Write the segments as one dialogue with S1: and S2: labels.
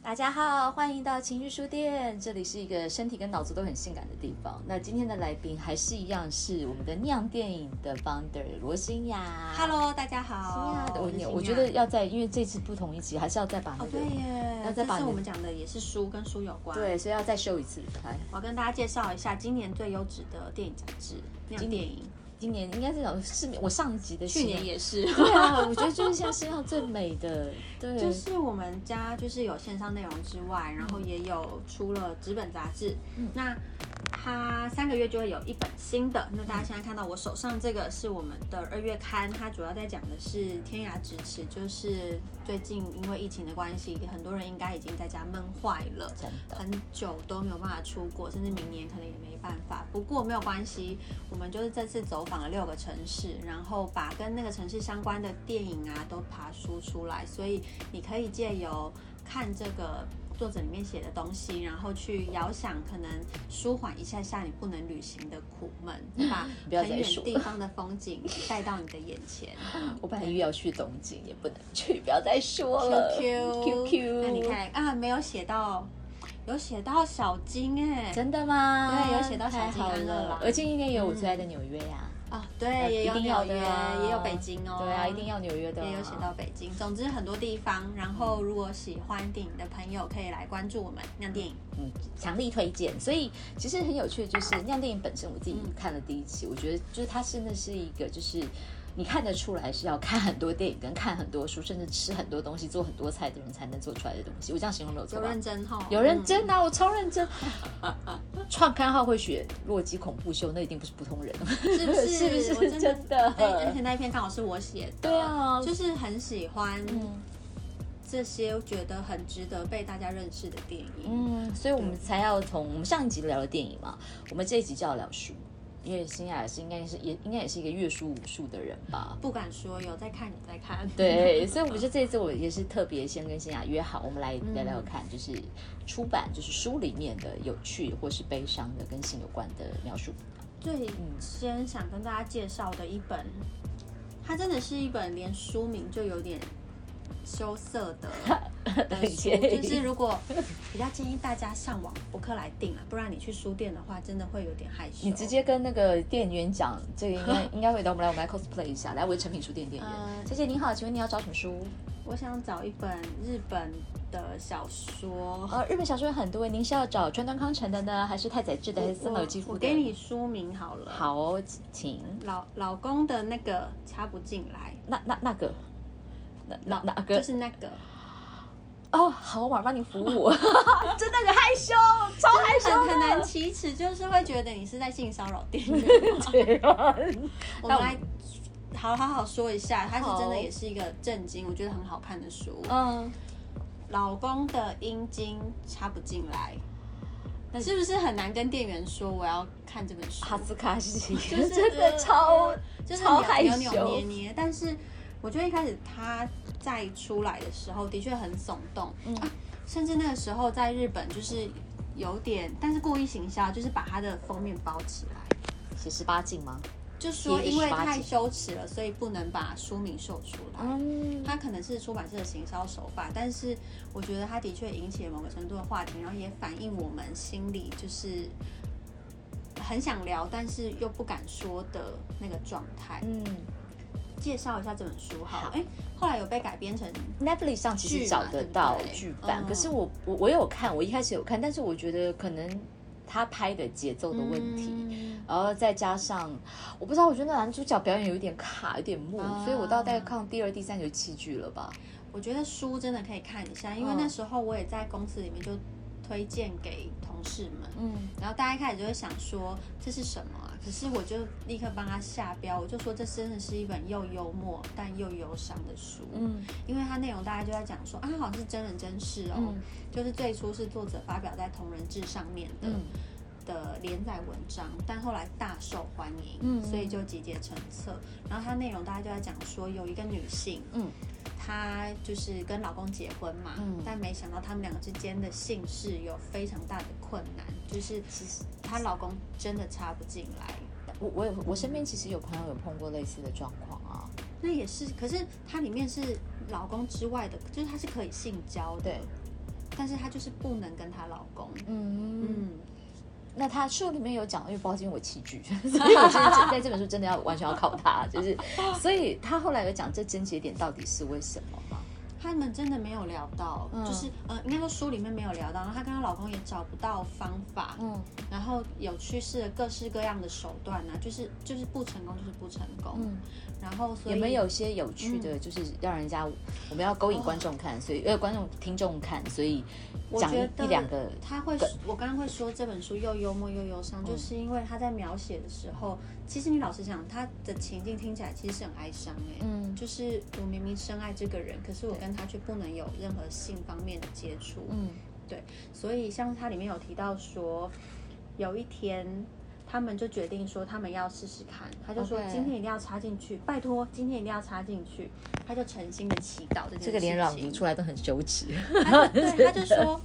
S1: 大家好，欢迎到情绪书店，这里是一个身体跟脑子都很性感的地方。那今天的来宾还是一样，是我们的酿电影的 founder 罗欣雅。
S2: Hello，大家好。
S1: 啊，我
S2: 是
S1: 我
S2: 新
S1: 我
S2: 亚
S1: 觉得要在，因为这次不同一集，还是要再把那
S2: 哦
S1: 个、
S2: 对耶，
S1: 要再把你
S2: 这次我们讲的也是书跟书有关。，
S1: 对，所以要再秀一次。来，
S2: 我要跟大家介绍一下今年最优质的电影杂志《酿电影
S1: 今年应该是讲是我上一集的》，
S2: 去年
S1: 也
S2: 也是。
S1: 对啊，我觉得就是像身上最美的， 对，
S2: 就是我们家就是有线上内容之外，然后也有出了纸本杂志。那它三个月就会有一本新的。那大家现在看到我手上这个是我们的二月刊，它主要在讲的是天涯咫尺，就是最近因为疫情的关系，很多人应该已经在家闷坏了。
S1: 真的
S2: 很久都没有办法出国，甚至明年可能也没办法。不过没有关系，我们就是这次走访了六个城市，然后把跟那个城市相关的电影啊都爬书出来，所以你可以借由看这个。作者里面写的东西，然后去遥想，可能舒缓一下下你不能旅行的苦闷， 把
S1: 不要
S2: 很
S1: 再
S2: 远
S1: 说
S2: 地方的风景带到你的眼前。
S1: 我本来又要去东京，也不能去，不要再说了。
S2: QQ
S1: QQ，
S2: 那你，看啊，没有写到，有写到小金哎、
S1: 真的吗？
S2: 对有写到小
S1: 太
S2: 金
S1: 好
S2: 安乐
S1: 了嗯
S2: 郎，
S1: 而且今年也有我最爱的纽约呀，
S2: 啊，对，也有
S1: 呃一定
S2: 纽
S1: 要
S2: 约，
S1: 的啊
S2: 也有北京哦。
S1: 对啊，一定要纽约的啊，嗯
S2: 也有写到北京。总之很多地方。然后，如果喜欢电影的朋友，可以来关注我们酿电影。
S1: 嗯，强力推荐。所以其实很有趣的就是《酿电影》本身，我自己看了第一期，我觉得就是它真的是一个就是。你看得出来是要看很多电影，跟看很多书，甚至吃很多东西、做很多菜的人才能做出来的东西。我这样形容没有错
S2: 有
S1: 吧？
S2: 认真吼，嗯
S1: 有认真啊，我超认真。创刊号会选洛基恐怖秀，那一定不是普通人，
S2: 嗯，是不 是？
S1: 是不是
S2: 我真
S1: 真的
S2: 对，而且那一篇刚好是我写的。
S1: 对啊
S2: 就是很喜欢
S1: 嗯
S2: 这些觉得很值得被大家认识的电影。
S1: 嗯，所以我们才要从我们上一集聊了电影嘛，我们这一集就要聊书，因为新雅也是应该是也应该也是一个阅书无数的人吧。
S2: 不敢说有在看，有在看。
S1: 对，所以我觉得这一次我也是特别先跟新雅约好，我们来聊
S2: 嗯
S1: 聊看，就是出版就是书里面的有趣或是悲伤的跟性有关的描述。
S2: 最
S1: 嗯
S2: 先想跟大家介绍的一本，它真的是一本连书名就有点羞涩 的的书，
S1: 对
S2: 就是如果比较建议大家上网博客来订啊，不然你去书店的话，真的会有点害羞。
S1: 你直接跟那个店员讲，这个应 该应该会的。我们来我们来 cosplay 一下，来，我是诚品书店店员，
S2: 嗯
S1: 姐姐您好，请问你要找什么 书？
S2: 我想找一本日本的小说。
S1: 呃，日本小说有很多，您是要找川端康成的呢，还是太宰治的，还是森
S2: 我
S1: 岛纪夫
S2: 我
S1: 的？
S2: 给你书名好了。，
S1: 好哦，请
S2: 老老公的那个插不进来，
S1: 那那那个，那那那个
S2: 就是那 个
S1: 哦，好，我马上帮你服务我， 真的很害羞，超害羞
S2: 很
S1: 的
S2: 很难启齿，就是会觉得你是在性骚扰店员。
S1: 对啊
S2: 我
S1: 那
S2: 们
S1: 我
S2: 来好好好说一下，它
S1: 好
S2: 是真的也是一个震惊，我觉得很好看的书。
S1: 嗯，
S2: 老公的阴茎插不进来
S1: 那，
S2: 是不是很难跟店员说我要看这本书？
S1: 哈斯卡西，
S2: 就 是
S1: 真的超
S2: 呃就是
S1: 超害
S2: 扭扭
S1: 羞
S2: 捏捏，但是我觉得一开始他在出来的时候的确很耸动，
S1: 嗯
S2: 啊，甚至那个时候在日本就是有点，但是故意行销，就是把它的封面包起来。
S1: 写十八禁吗？
S2: 就说
S1: 也
S2: 因为
S1: 18
S2: 太
S1: 禁
S2: 羞耻了，所以不能把书名秀出来。
S1: 嗯，
S2: 它可能是出版社的行销手法，但是我觉得它的确引起了某个程度的话题，然后也反映我们心里就是很想聊，但是又不敢说的那个状态。
S1: 嗯
S2: 介绍一下这本书好
S1: 好
S2: 了，哎，后来有被改编成
S1: ，Netflix 上其实
S2: 剧
S1: 找
S2: 嘛
S1: 得
S2: 对不
S1: 到
S2: 对
S1: 剧版，
S2: 嗯
S1: 可是我我我有看，我一开始有看，但是我觉得可能他拍的节奏的问题。
S2: 嗯
S1: 然后再加上，我不知道，我觉得男主角表演有点卡，有点木，
S2: 啊
S1: 所以我到大概看第二、第三就弃剧了吧。
S2: 我觉得书真的可以看一下，因为
S1: 嗯
S2: 那时候我也在公司里面就推荐给同事们。
S1: 嗯，
S2: 然后大家一开始就会想说这是什么啊？可是我就立刻帮他下标，我就说这真的是一本又幽默但又忧伤的书。
S1: 嗯，
S2: 因为它内容大家就在讲说啊，好像是真人真事哦，
S1: 嗯
S2: 就是最初是作者发表在同人志上面的、
S1: 嗯
S2: 的连载文章，但后来大受欢迎，
S1: 嗯
S2: 所以就集结成册。然后它内容大家就在讲说有一个女性，
S1: 嗯，
S2: 她就是跟老公结婚嘛，
S1: 嗯
S2: 但没想到他们两个之间的性事有非常大的困难，就是
S1: 其实
S2: 她老公真的插不进来。
S1: 我我有我身边其实有朋友有碰过类似的状况啊。
S2: 那也是，可是它里面是老公之外的，就是它是可以性交的，
S1: 对，
S2: 但是她就是不能跟她老公。
S1: 嗯，
S2: 嗯，
S1: 那他书里面有讲，因为包金我弃剧， 所以我真的在这本书真的要完全要靠他，就是，所以他后来有讲这症结点到底是为什么吗？
S2: 他们真的没有聊到，
S1: 嗯
S2: 就是呃，应该说书里面没有聊到，然后她跟她老公也找不到方法，
S1: 嗯
S2: 然后有去试了各式各样的手段啊，就是就是不成功就是不成功，
S1: 嗯，
S2: 然后所以嗯
S1: 有没有些有趣的，就是让人家我们要勾引观众看，所以呃观众听众看，所以
S2: 我
S1: 讲一
S2: 觉得
S1: 一两个，嗯
S2: 他会，我刚刚会说这本书又幽默又忧伤，就是因为他在描写的时候，其实你老实讲，他的情境听起来其实是很哀伤哎、
S1: 嗯
S2: 就是我明明深爱这个人，可是我跟他却不能有任何性方面的接触，
S1: 嗯
S2: 所以像它里面有提到说，有一天他们就决定说他们要试试看，他就说
S1: OK
S2: 今天一定要插进去，拜托今天一定要插进去，他就诚心的祈祷这件事情。
S1: 这个连朗读出来都很羞耻，
S2: 他就对，他就说，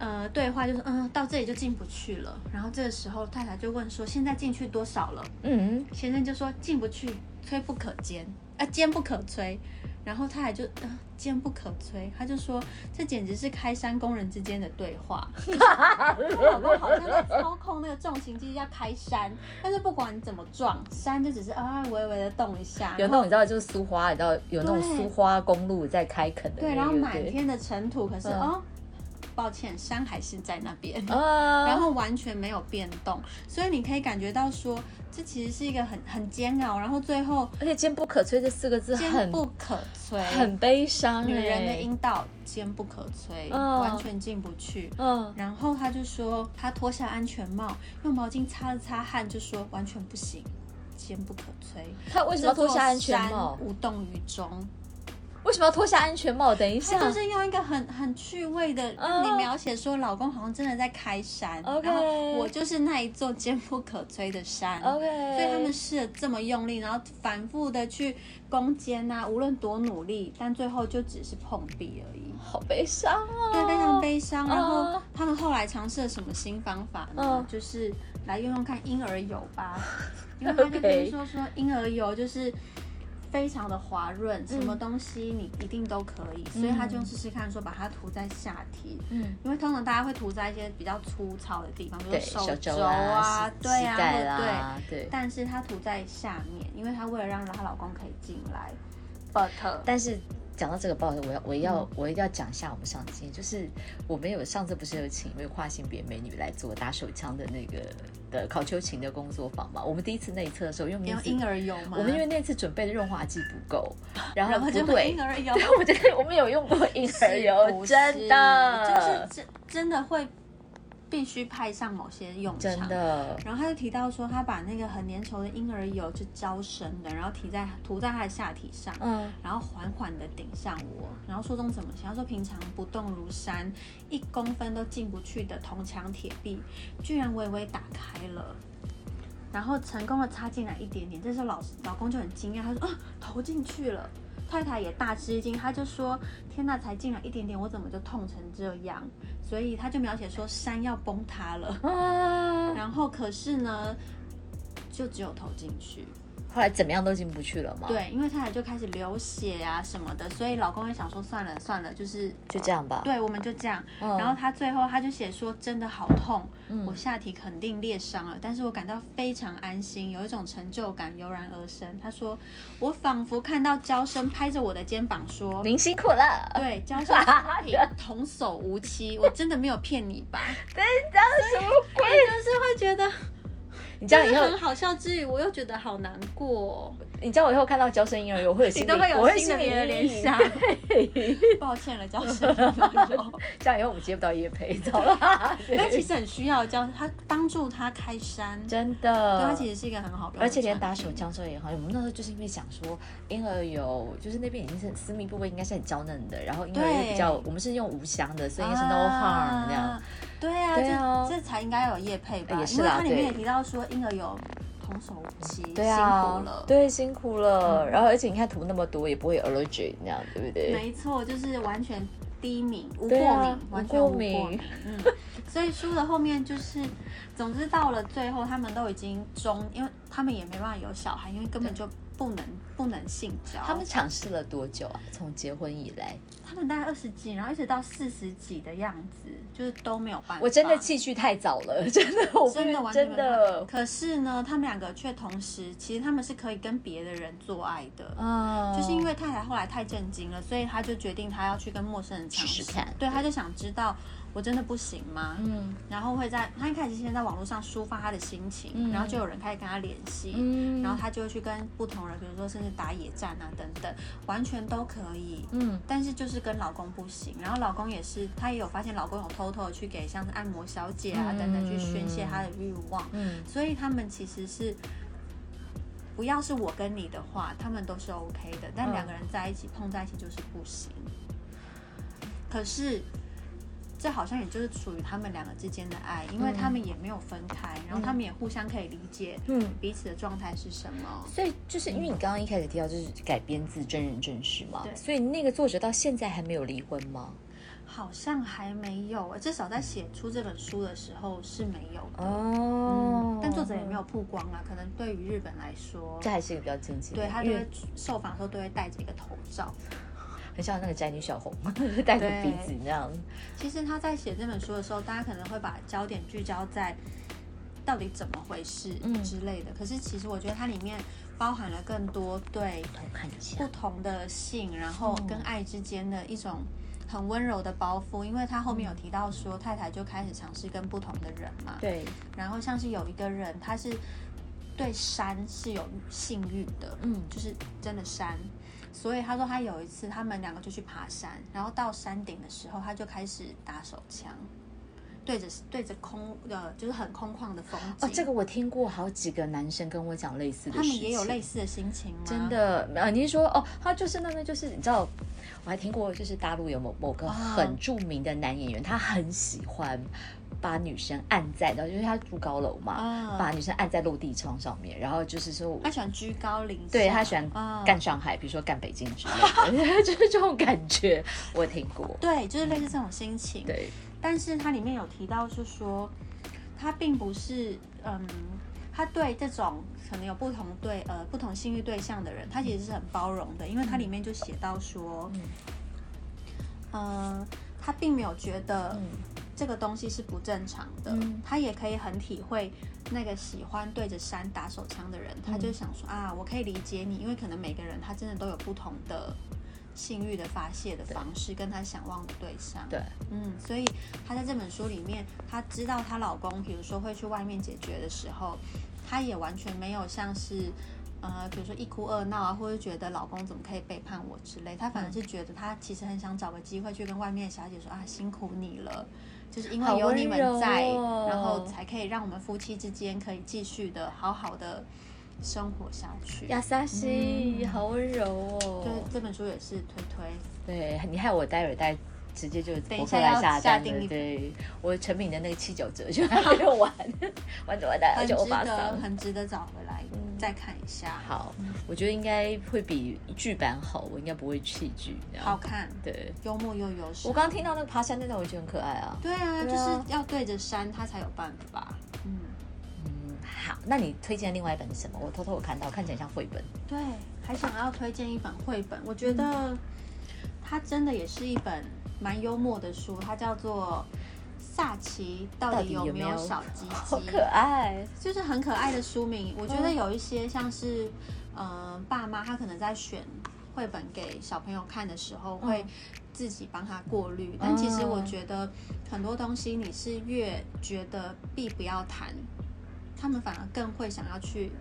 S2: 呃，对话就是，嗯，到这里就进不去了。然后这个时候太太就问说，现在进去多少了？
S1: 嗯，
S2: 先生就说进不去，推不可坚，啊，坚不可摧。然后太太就，啊、坚不可摧，他就说这简直是开山工人之间的对话。我老公好像在操控那个重型机要开山，但是不管你怎么撞，山就只是啊微微的动一下，
S1: 有那种你知道就是苏花，你知道有那种
S2: 对
S1: 苏花公路在开垦的那个，
S2: 对，然后满
S1: 对
S2: 天的尘土，可是、
S1: 嗯
S2: 哦，抱歉，山还是在那边。
S1: 啊，
S2: 然后完全没有变动，所以你可以感觉到说，这其实是一个很很煎熬，然后最后
S1: 而且“坚不可摧”这四个字
S2: 坚
S1: 很
S2: 不可摧，
S1: 很悲伤、欸，
S2: 女人的阴道坚不可摧，
S1: 嗯
S2: 完全进不去。
S1: 嗯，
S2: 然后他就说，他脱下安全帽，用毛巾擦了擦汗，就说完全不行，坚不可摧。
S1: 他为什么要脱下安全帽
S2: 这座山？无动于衷。
S1: 为什么要脱下安全帽？等一
S2: 他
S1: 下，
S2: 就是用一个很很趣味的，
S1: 嗯
S2: 你描写说老公好像真的在开山
S1: OK
S2: 然后我就是那一座坚不可摧的山。
S1: OK，
S2: 所以他们试了这么用力，然后反复的去攻坚啊，无论多努力，但最后就只是碰壁而已。
S1: 好悲伤哦，
S2: 对，非常悲
S1: 嗯
S2: 伤。然后他们后来尝试了什么新方法呢？
S1: 嗯
S2: 就是来用用看婴儿油 吧，因为他就听说说婴儿油就是非常的滑润，
S1: 嗯
S2: 什么东西你一定都可以，所以他就试试看说把它涂在下体。
S1: 嗯，
S2: 因为通常大家会涂在一些比较粗糙的地方，比如
S1: 对，
S2: 说手
S1: 肘
S2: 肘啊，
S1: 膝
S2: 对
S1: 膝
S2: 啊，
S1: 盖
S2: 或对，
S1: 啦，对。
S2: 但是她涂在下面，因为她为了让她老公可以进来。But
S1: 但是讲到这个，不好意思，我要我要、
S2: 嗯
S1: 我一定要讲一下我们上次，就是我们有上次不是有请一位跨性别美女来做打手枪的那个的考秋琴的工作坊嘛？我们第一次内测的时候，因为
S2: 你
S1: 我
S2: 用
S1: 们
S2: 婴
S1: 儿，
S2: 儿油吗？
S1: 我们因为那次准备的润滑剂不够，然后
S2: 然后
S1: 不
S2: 就
S1: 对，
S2: 婴儿 油，
S1: 对，我觉得我们有用过婴儿
S2: 是
S1: 油，
S2: 不是
S1: 真的，
S2: 就是真真的会必须派上某些用场。
S1: 真。的，
S2: 然后他就提到说，他把那个很粘稠的婴儿油就浇生的，然后提在涂在他的下体上，
S1: 嗯，
S2: 然后缓缓的顶上我，然后说中什么？想要说平常不动如山，一公分都进不去的铜墙铁壁，居然微微打开了。然后成功的插进来一点点，这时候老老公就很惊讶，他说：“啊，投进去了。”太太也大吃一惊，他就说：“天呐，才进来一点点，我怎么就痛成这样？”所以他就描写说山要崩塌了，
S1: 啊，
S2: 然后可是呢，就只有投进去。
S1: 后来怎么样都进不去了嘛，，
S2: 对，因为太太就开始流血啊什么的，所以老公也想说算了算了，就是
S1: 就这样吧，
S2: 对，我们就这样。
S1: 嗯，
S2: 然后他最后他就写说真的好痛，
S1: 嗯
S2: 我下体肯定裂伤了，但是我感到非常安心，有一种成就感油然而生。他说我仿佛看到娇生拍着我的肩膀说。
S1: 您辛苦了，
S2: 对，娇 生出品，童叟无欺，我真的没有骗你 吧？
S1: 这什么鬼？
S2: 就是会觉得
S1: 你这样
S2: 这
S1: 以
S2: 个
S1: 后
S2: 很好笑之余，我又觉得好难过哦、
S1: 你知道我以后看到娇生婴儿油，我会有心
S2: 你
S1: 理，
S2: 都会
S1: 我
S2: 有
S1: 会
S2: 新的
S1: 心理
S2: 别的联
S1: 阴影
S2: 想。抱歉了，娇生 朋友。
S1: 这样以后我们接不到叶培，走了。
S2: 但其实很需要教他帮助他开山，对
S1: 真的，
S2: 他其实是一个很好用的产品，
S1: 而且连打手枪时候也好，我们那时候就是因为想说婴儿油，就是那边已经是私密部位，应该是很娇嫩的，然后婴儿油
S2: 对
S1: 比较，我们是用无香的，所以应该是 no
S2: 啊
S1: harm 这样。。
S2: 对啊，
S1: 对啊哎
S2: 这这才应该有叶配吧？
S1: 也是
S2: 因为
S1: 啦
S2: 它里面
S1: 对
S2: 也提到说婴儿有童叟无欺，
S1: 对
S2: 辛
S1: 啊
S2: 苦，了。
S1: 对，辛苦了。
S2: 嗯
S1: 然后而且你看涂那么多，也不会 allergy 那样，对不对？
S2: 没错，就是完全低敏，无过
S1: 对
S2: 敏，
S1: 啊
S2: 完全无
S1: 无过
S2: 过
S1: 敏
S2: 敏。嗯， 所以书的后面就是，总之到了最后，他们都已经中，因为他们也没办法有小孩，因为根本就不能不能性交。
S1: 他们尝试了多久啊？从结婚以来，
S2: 他们大概二十几，然后一直到四十几的样子，就是都没有办法。
S1: 我真的弃剧太早了， 真的，我
S2: 真的
S1: 不
S2: 完全
S1: 真
S2: 没有办法
S1: 的，
S2: 可是呢，他们两个却同时，其实他们是可以跟别的人做爱的。
S1: 嗯，
S2: 就是因为太太后来太震惊了，所以他就决定他要去跟陌生人尝
S1: 试试看
S2: 对，他就想知道我真的不行吗？
S1: 嗯
S2: 然后会在他一开始先在网络上抒发他的心情，
S1: 嗯
S2: 然后就有人开始跟他联系，
S1: 嗯，
S2: 然后他就会去跟不同人，比如说甚至打野战啊等等，完全都可以。
S1: 嗯
S2: 但是就是跟老公不行，然后老公也是，他也有发现老公有偷偷的去给像是按摩小姐啊
S1: 嗯
S2: 等等去宣泄他的欲望，
S1: 嗯
S2: 所以他们其实是，不要是我跟你的话，他们都是 OK 的，但
S1: 嗯
S2: 两个人在一起碰在一起就是不行。可是，这好像也就是属于他们两个之间的爱，因为
S1: 嗯
S2: 他们也没有分开，然后他们也互相可以理解
S1: 嗯。
S2: 彼此的状态是什么。
S1: 所以就是因为你刚刚一开始提到就是改编自真人真事嘛，
S2: 对
S1: 所以那个作者到现在还没有离婚吗？
S2: 好像还没有，至少在写出这本书的时候是没有的。
S1: 哦
S2: 嗯，但作者也没有，曝光啊，可能对于日本来说
S1: 这，还是一个比较间接的，
S2: 对他就
S1: 因
S2: 会
S1: 为
S2: 受访的时候都会戴着一个头罩。
S1: 很像那个宅女小红 戴着
S2: 对
S1: 鼻子那样，
S2: 其实他在写这本书的时候，大家可能会把焦点聚焦在到底怎么回事
S1: 嗯
S2: 之类的。可是其实我觉得它里面包含了更多对
S1: 我看一
S2: 不
S1: 下，
S2: 同的性，然后
S1: 嗯
S2: 跟爱之间的一种很温柔的包袱。因为他后面有提到说，太太就开始尝试跟不同的人嘛，
S1: 对，
S2: 然后像是有一个人，他是对山是有性欲的，
S1: 嗯
S2: 就是真的山。所以他说他有一次他们两个就去爬山，然后到山顶的时候，他就开始打手枪，对着对着空呃就是很空旷的风景。
S1: 哦，这个我听过好几个男生跟我讲类似的
S2: 他
S1: 事
S2: 们
S1: 情，
S2: 也有类似的心情吗？
S1: 真的，呃，您说哦，他就是那边就是你知道，我还听过，就是大陆有某某个
S2: 哦
S1: 很著名的男演员，他很喜欢把女生按在，然后就是他住高楼嘛，
S2: 啊，
S1: 把女生按在落地窗上面，然后就是说，
S2: 他喜欢居高临下，
S1: 对他喜欢
S2: 啊
S1: 干上海，比如说干北京之类的， 就是这种感觉，我听过。
S2: 对，就是类似这种心情。
S1: 对，
S2: 但是它里面有提到，是说呃他并不是，嗯，他对这种可能有不同对呃不同性欲对象的人，他其实是很包容的，因为它里面就写到说，
S1: 嗯
S2: 呃，他并没有觉得
S1: 嗯
S2: 这个东西是不正常的，
S1: 嗯
S2: 他也可以很体会。那个喜欢对着山打手枪的人，
S1: 嗯
S2: 他就想说、啊，我可以理解你，因为可能每个人他真的都有不同的性欲的发泄的方式，跟他想望的对象。
S1: 对，
S2: 嗯，所以她在这本书里面，她知道她老公，比如说会去外面解决的时候，她也完全没有像是，呃，比如说一哭二闹啊，或者觉得老公怎么可以背叛我之类，她反而是觉得她其实很想找个机会去跟外面的小姐说啊，辛苦你了，就是因为有你们在，
S1: 好温柔哦
S2: 然后才可以让我们夫妻之间可以继续的好好的生活下去。
S1: 亚萨西
S2: 嗯
S1: 好温柔
S2: 就是
S1: 哦。
S2: 这本书也是推推，
S1: 对，你害我待会儿带。直接就
S2: 等一
S1: 博
S2: 下
S1: 客来
S2: 要
S1: 下
S2: 下
S1: 单
S2: 定
S1: 了，
S2: 一
S1: 对我成品的那个七九折就还没有完，完完蛋，而
S2: 很
S1: 且
S2: 值
S1: 我把
S2: 得，
S1: 它
S2: 很值得找回来、再看一下，
S1: 好，我觉得应该会比剧版好，我应该不会弃剧。这样
S2: 好，看。
S1: 对
S2: 幽默又有神。
S1: 我刚刚听到那个爬山那段，我觉得很可爱啊。
S2: 对啊，
S1: 对
S2: 就
S1: 啊
S2: 是要对着山，它才有办法。嗯，
S1: 嗯，好，那你推荐另外一本是什么？我偷偷有看到，看起来像绘本。
S2: 对，还想要推荐一本绘本，我觉得它真的也是一本蛮幽默的书，它叫做《萨奇到
S1: 到
S2: 底
S1: 底
S2: 有
S1: 有没
S2: 没有
S1: 有
S2: 小鸡鸡》
S1: 好可爱，
S2: 就是很可爱的书名。我觉得
S1: 嗯
S2: 有一些像是，呃，爸妈他可能在选绘本给小朋友看的时候，会
S1: 嗯
S2: 自己帮他过滤。但其实我觉得很多东西你是越觉得避不要谈，他们反而更会想要去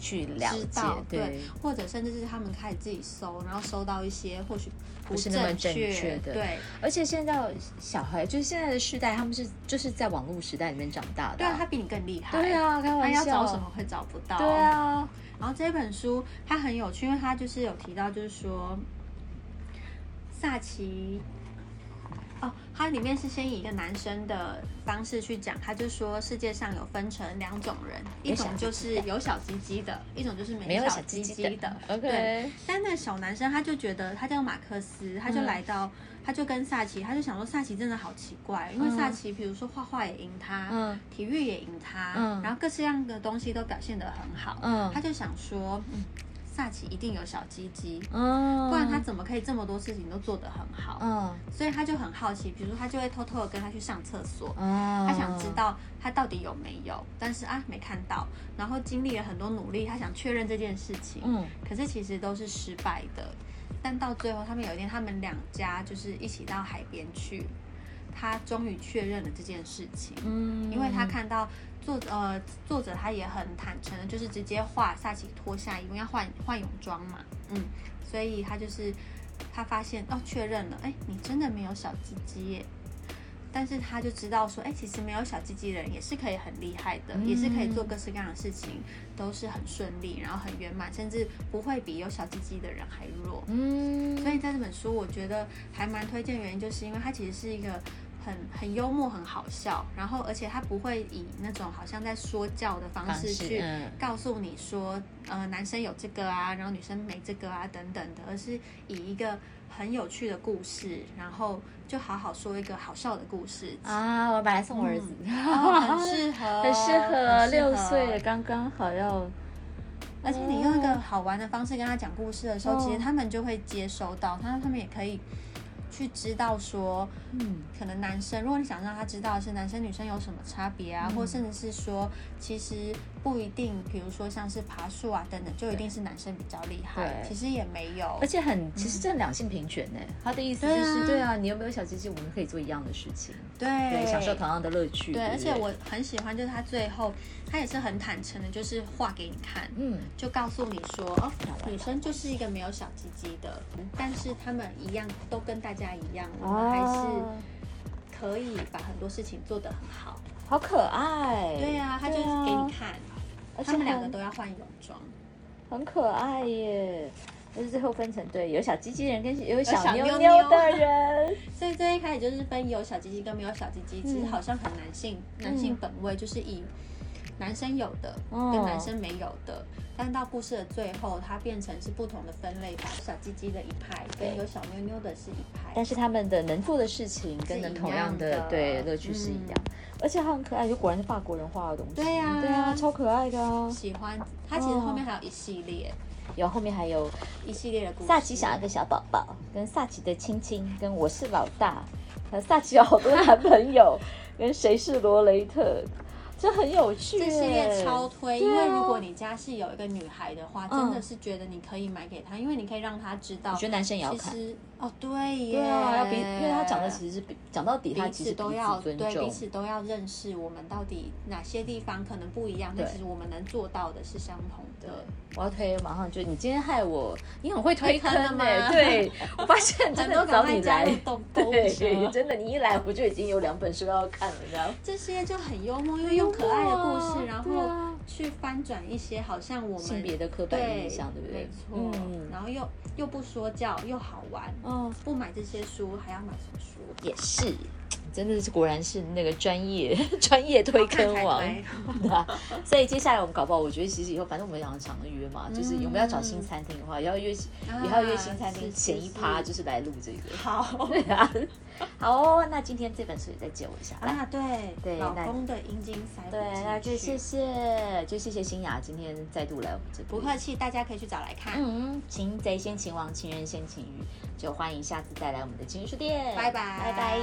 S1: 去了
S2: 知
S1: 解
S2: 道，，
S1: 对，
S2: 或者甚至是他们开始自己搜，然后搜到一些或许不
S1: 不是那么
S2: 正
S1: 正
S2: 确
S1: 确的
S2: 对。
S1: 而且现在小孩就是现在的世代，他们是就是在网络时代里面长大的
S2: 对啊，他
S1: 啊。
S2: 比你更厉害。
S1: 对，啊，开
S2: 他
S1: 玩
S2: 要
S1: 笑。
S2: 找什么？会找不到。
S1: 对啊，
S2: 然后这本书它很有趣，因为它就是有提到，就是说萨奇。哦，它里面是先以一个男生的方式去讲，他就说世界上有分成两种人，一
S1: 有小
S2: 种就是有小鸡鸡的，一种就是
S1: 没
S2: 没
S1: 有
S2: 小
S1: 小
S2: 鸡
S1: 鸡
S2: 鸡
S1: 鸡
S2: 的
S1: 的。。
S2: 对
S1: OK，
S2: 但那小男生他就觉得他叫马克思，他就
S1: 嗯
S2: 来到，他就跟萨奇，他就想说萨奇真的好奇怪，因为萨奇比如说画画也赢他，
S1: 嗯
S2: 体育也赢他，
S1: 嗯
S2: 然后各式各样的东西都表现得很好，
S1: 嗯
S2: 他就想说，嗯，萨奇一定有小鸡鸡，
S1: 嗯，
S2: 不然他怎么可以这么多事情都做得很好？
S1: 嗯
S2: 所以他就很好奇，比如说他就会偷偷的跟他去上厕所，
S1: 嗯，
S2: 他想知道他到底有没有，但是啊没看到，然后经历了很多努力，他想确认这件事情，
S1: 嗯
S2: 可是其实都是失败的。但到最后，他们有一天，他们两家就是一起到海边去，他终于确认了这件事情。
S1: 嗯，
S2: 因为他看到作呃作者他也很坦诚的，就是直接画萨奇脱下衣服，因为要换换泳装嘛，嗯，所以他就是他发现哦确认了，哎，你真的没有小鸡鸡耶。但是他就知道说，哎，其实没有小鸡鸡的人也是可以很厉害的，也是可以做各式各样的事情，都是很顺利，然后很圆满，甚至不会比有小鸡鸡的人还弱。
S1: 嗯，
S2: 所以在这本书，我觉得还蛮推荐，原因就是因为它其实是一个很很幽默、很好笑，然后而且它不会以那种好像在说教的方
S1: 方
S2: 式
S1: 式
S2: 去
S1: 嗯
S2: 告诉你说，呃，男生有这个啊，然后女生没这个啊等等的，而是以一个很有趣的故事，然后就好好说一个好笑的故事。
S1: 啊，我本来送我儿子，
S2: 哦很适合，
S1: 很适合
S2: 很适合
S1: 六岁了，刚刚好要，
S2: 而且你用一个好玩的方式跟他讲故事的时候，
S1: 哦
S2: 其实他们就会接收到，他他们也可以去知道说，
S1: 嗯
S2: 可能男生，如果你想让他知道的是男生女生有什么差别啊，
S1: 嗯
S2: 或甚至是说，其实不一定，比如说像是爬树啊等等，就一定是男生比较厉害，
S1: 对
S2: 其实也没有
S1: 而。且很，其实这两性平权呢。他的意思就是，
S2: 对啊
S1: 对啊，你有没有小鸡鸡，我们可以做一样的事情，
S2: 对
S1: 对，享受同样的乐趣。
S2: 对，
S1: 对，
S2: 而且，我很喜欢，就是他最后他也是很坦诚的，就是画给你看，
S1: 嗯，
S2: 就告诉你说，哦，女生就是一个没有小鸡鸡的，但是她们一样都跟大家一样，我们还
S1: 哦
S2: 是可以把很多事情做得很好。
S1: 好可爱。
S2: 对呀、他就是
S1: 对
S2: 给
S1: 啊
S2: 你看，
S1: 而且
S2: 他们两个
S1: 很
S2: 都要换泳装，
S1: 很可爱耶。就是最后分成对，有小鸡鸡的人跟有小
S2: 小
S1: 妞
S2: 妞妞
S1: 妞的人，
S2: 所以最一开始就是分有小鸡鸡跟没有小鸡鸡，其实好像很男性，男性本位就是以。男生有的
S1: 哦
S2: 跟男生没有的，但到故事的最后，它变成是不同的分类，把小鸡鸡的一派跟
S1: 对
S2: 有小妞妞的是一派。
S1: 但是他们的能做的事情
S2: 是
S1: 跟能
S2: 一
S1: 同
S2: 样
S1: 样的
S2: 的嗯
S1: 对乐趣是一样，而且它很可爱，就果然是法国人画的东西，
S2: 对呀
S1: 对啊，超可爱的啊。
S2: 喜欢它，其实后面还有一系列、
S1: 有后面还有
S2: 一系列的故事。
S1: 萨奇想要个小宝宝，跟萨奇的亲亲，跟我是老大，呃，萨奇有好多男朋友，跟谁是罗雷特，这很有趣耶。
S2: 这系列超推，因
S1: 对啊
S2: 为如果你家是有一个女孩的话，真
S1: 嗯
S2: 的是觉得你可以买给她，因为你可以让她知道
S1: 我觉。得男生也要
S2: 其
S1: 看，
S2: 实哦，对耶，
S1: 对啊，要彼，因为他讲的其实是比讲到底，他
S2: 彼
S1: 其
S2: 此
S1: 实
S2: 都
S1: 彼
S2: 要
S1: 此尊
S2: 对彼
S1: 重。
S2: 此都要认识，我们到底哪些地方可能不一样，但
S1: 对
S2: 其实我们能做到的是相同的。
S1: 我要推，马上就你今天害我，你很会推
S2: 推坑
S1: 坑
S2: 的
S1: 呢、
S2: 吗
S1: 对，我发现真的找你来
S2: 赶快加入 动，购物
S1: 对，
S2: 车
S1: 真的你一来我就已经有两本书要看了，然后
S2: 这些就很幽默，因为用可爱的故事，
S1: 对啊
S2: 然后去翻转一些好像我们
S1: 性别的刻板
S2: 对
S1: 印象，对不对？
S2: 没错，
S1: 嗯，
S2: 然后又又不说教，又好玩，
S1: 哦，
S2: 不买这些书还要买什么书？
S1: 也是，真的是果然是那个专业 专业推坑王
S2: 好看才，
S1: 对啊。所以接下来我们搞不好，我觉得其实以后反正我们要常约嘛，就是我们要找新餐厅的话，也要约也要约新餐厅
S2: 是是
S1: 前一趴
S2: 是
S1: 就是来录这个。
S2: 好
S1: 对啊，好哦，那今天这本书也再借我一下吧。
S2: 啊，对
S1: 对
S2: 老
S1: 那
S2: 公的阴茎塞不
S1: 对，那就
S2: 进
S1: 谢
S2: 去。
S1: 谢，就谢谢新雅今天再度来我们这边。
S2: 不客气，大家可以去找来看。
S1: 嗯，擒贼先擒王，擒人先擒鱼，就欢迎下次再来我们的情书店。
S2: 拜拜
S1: 拜拜。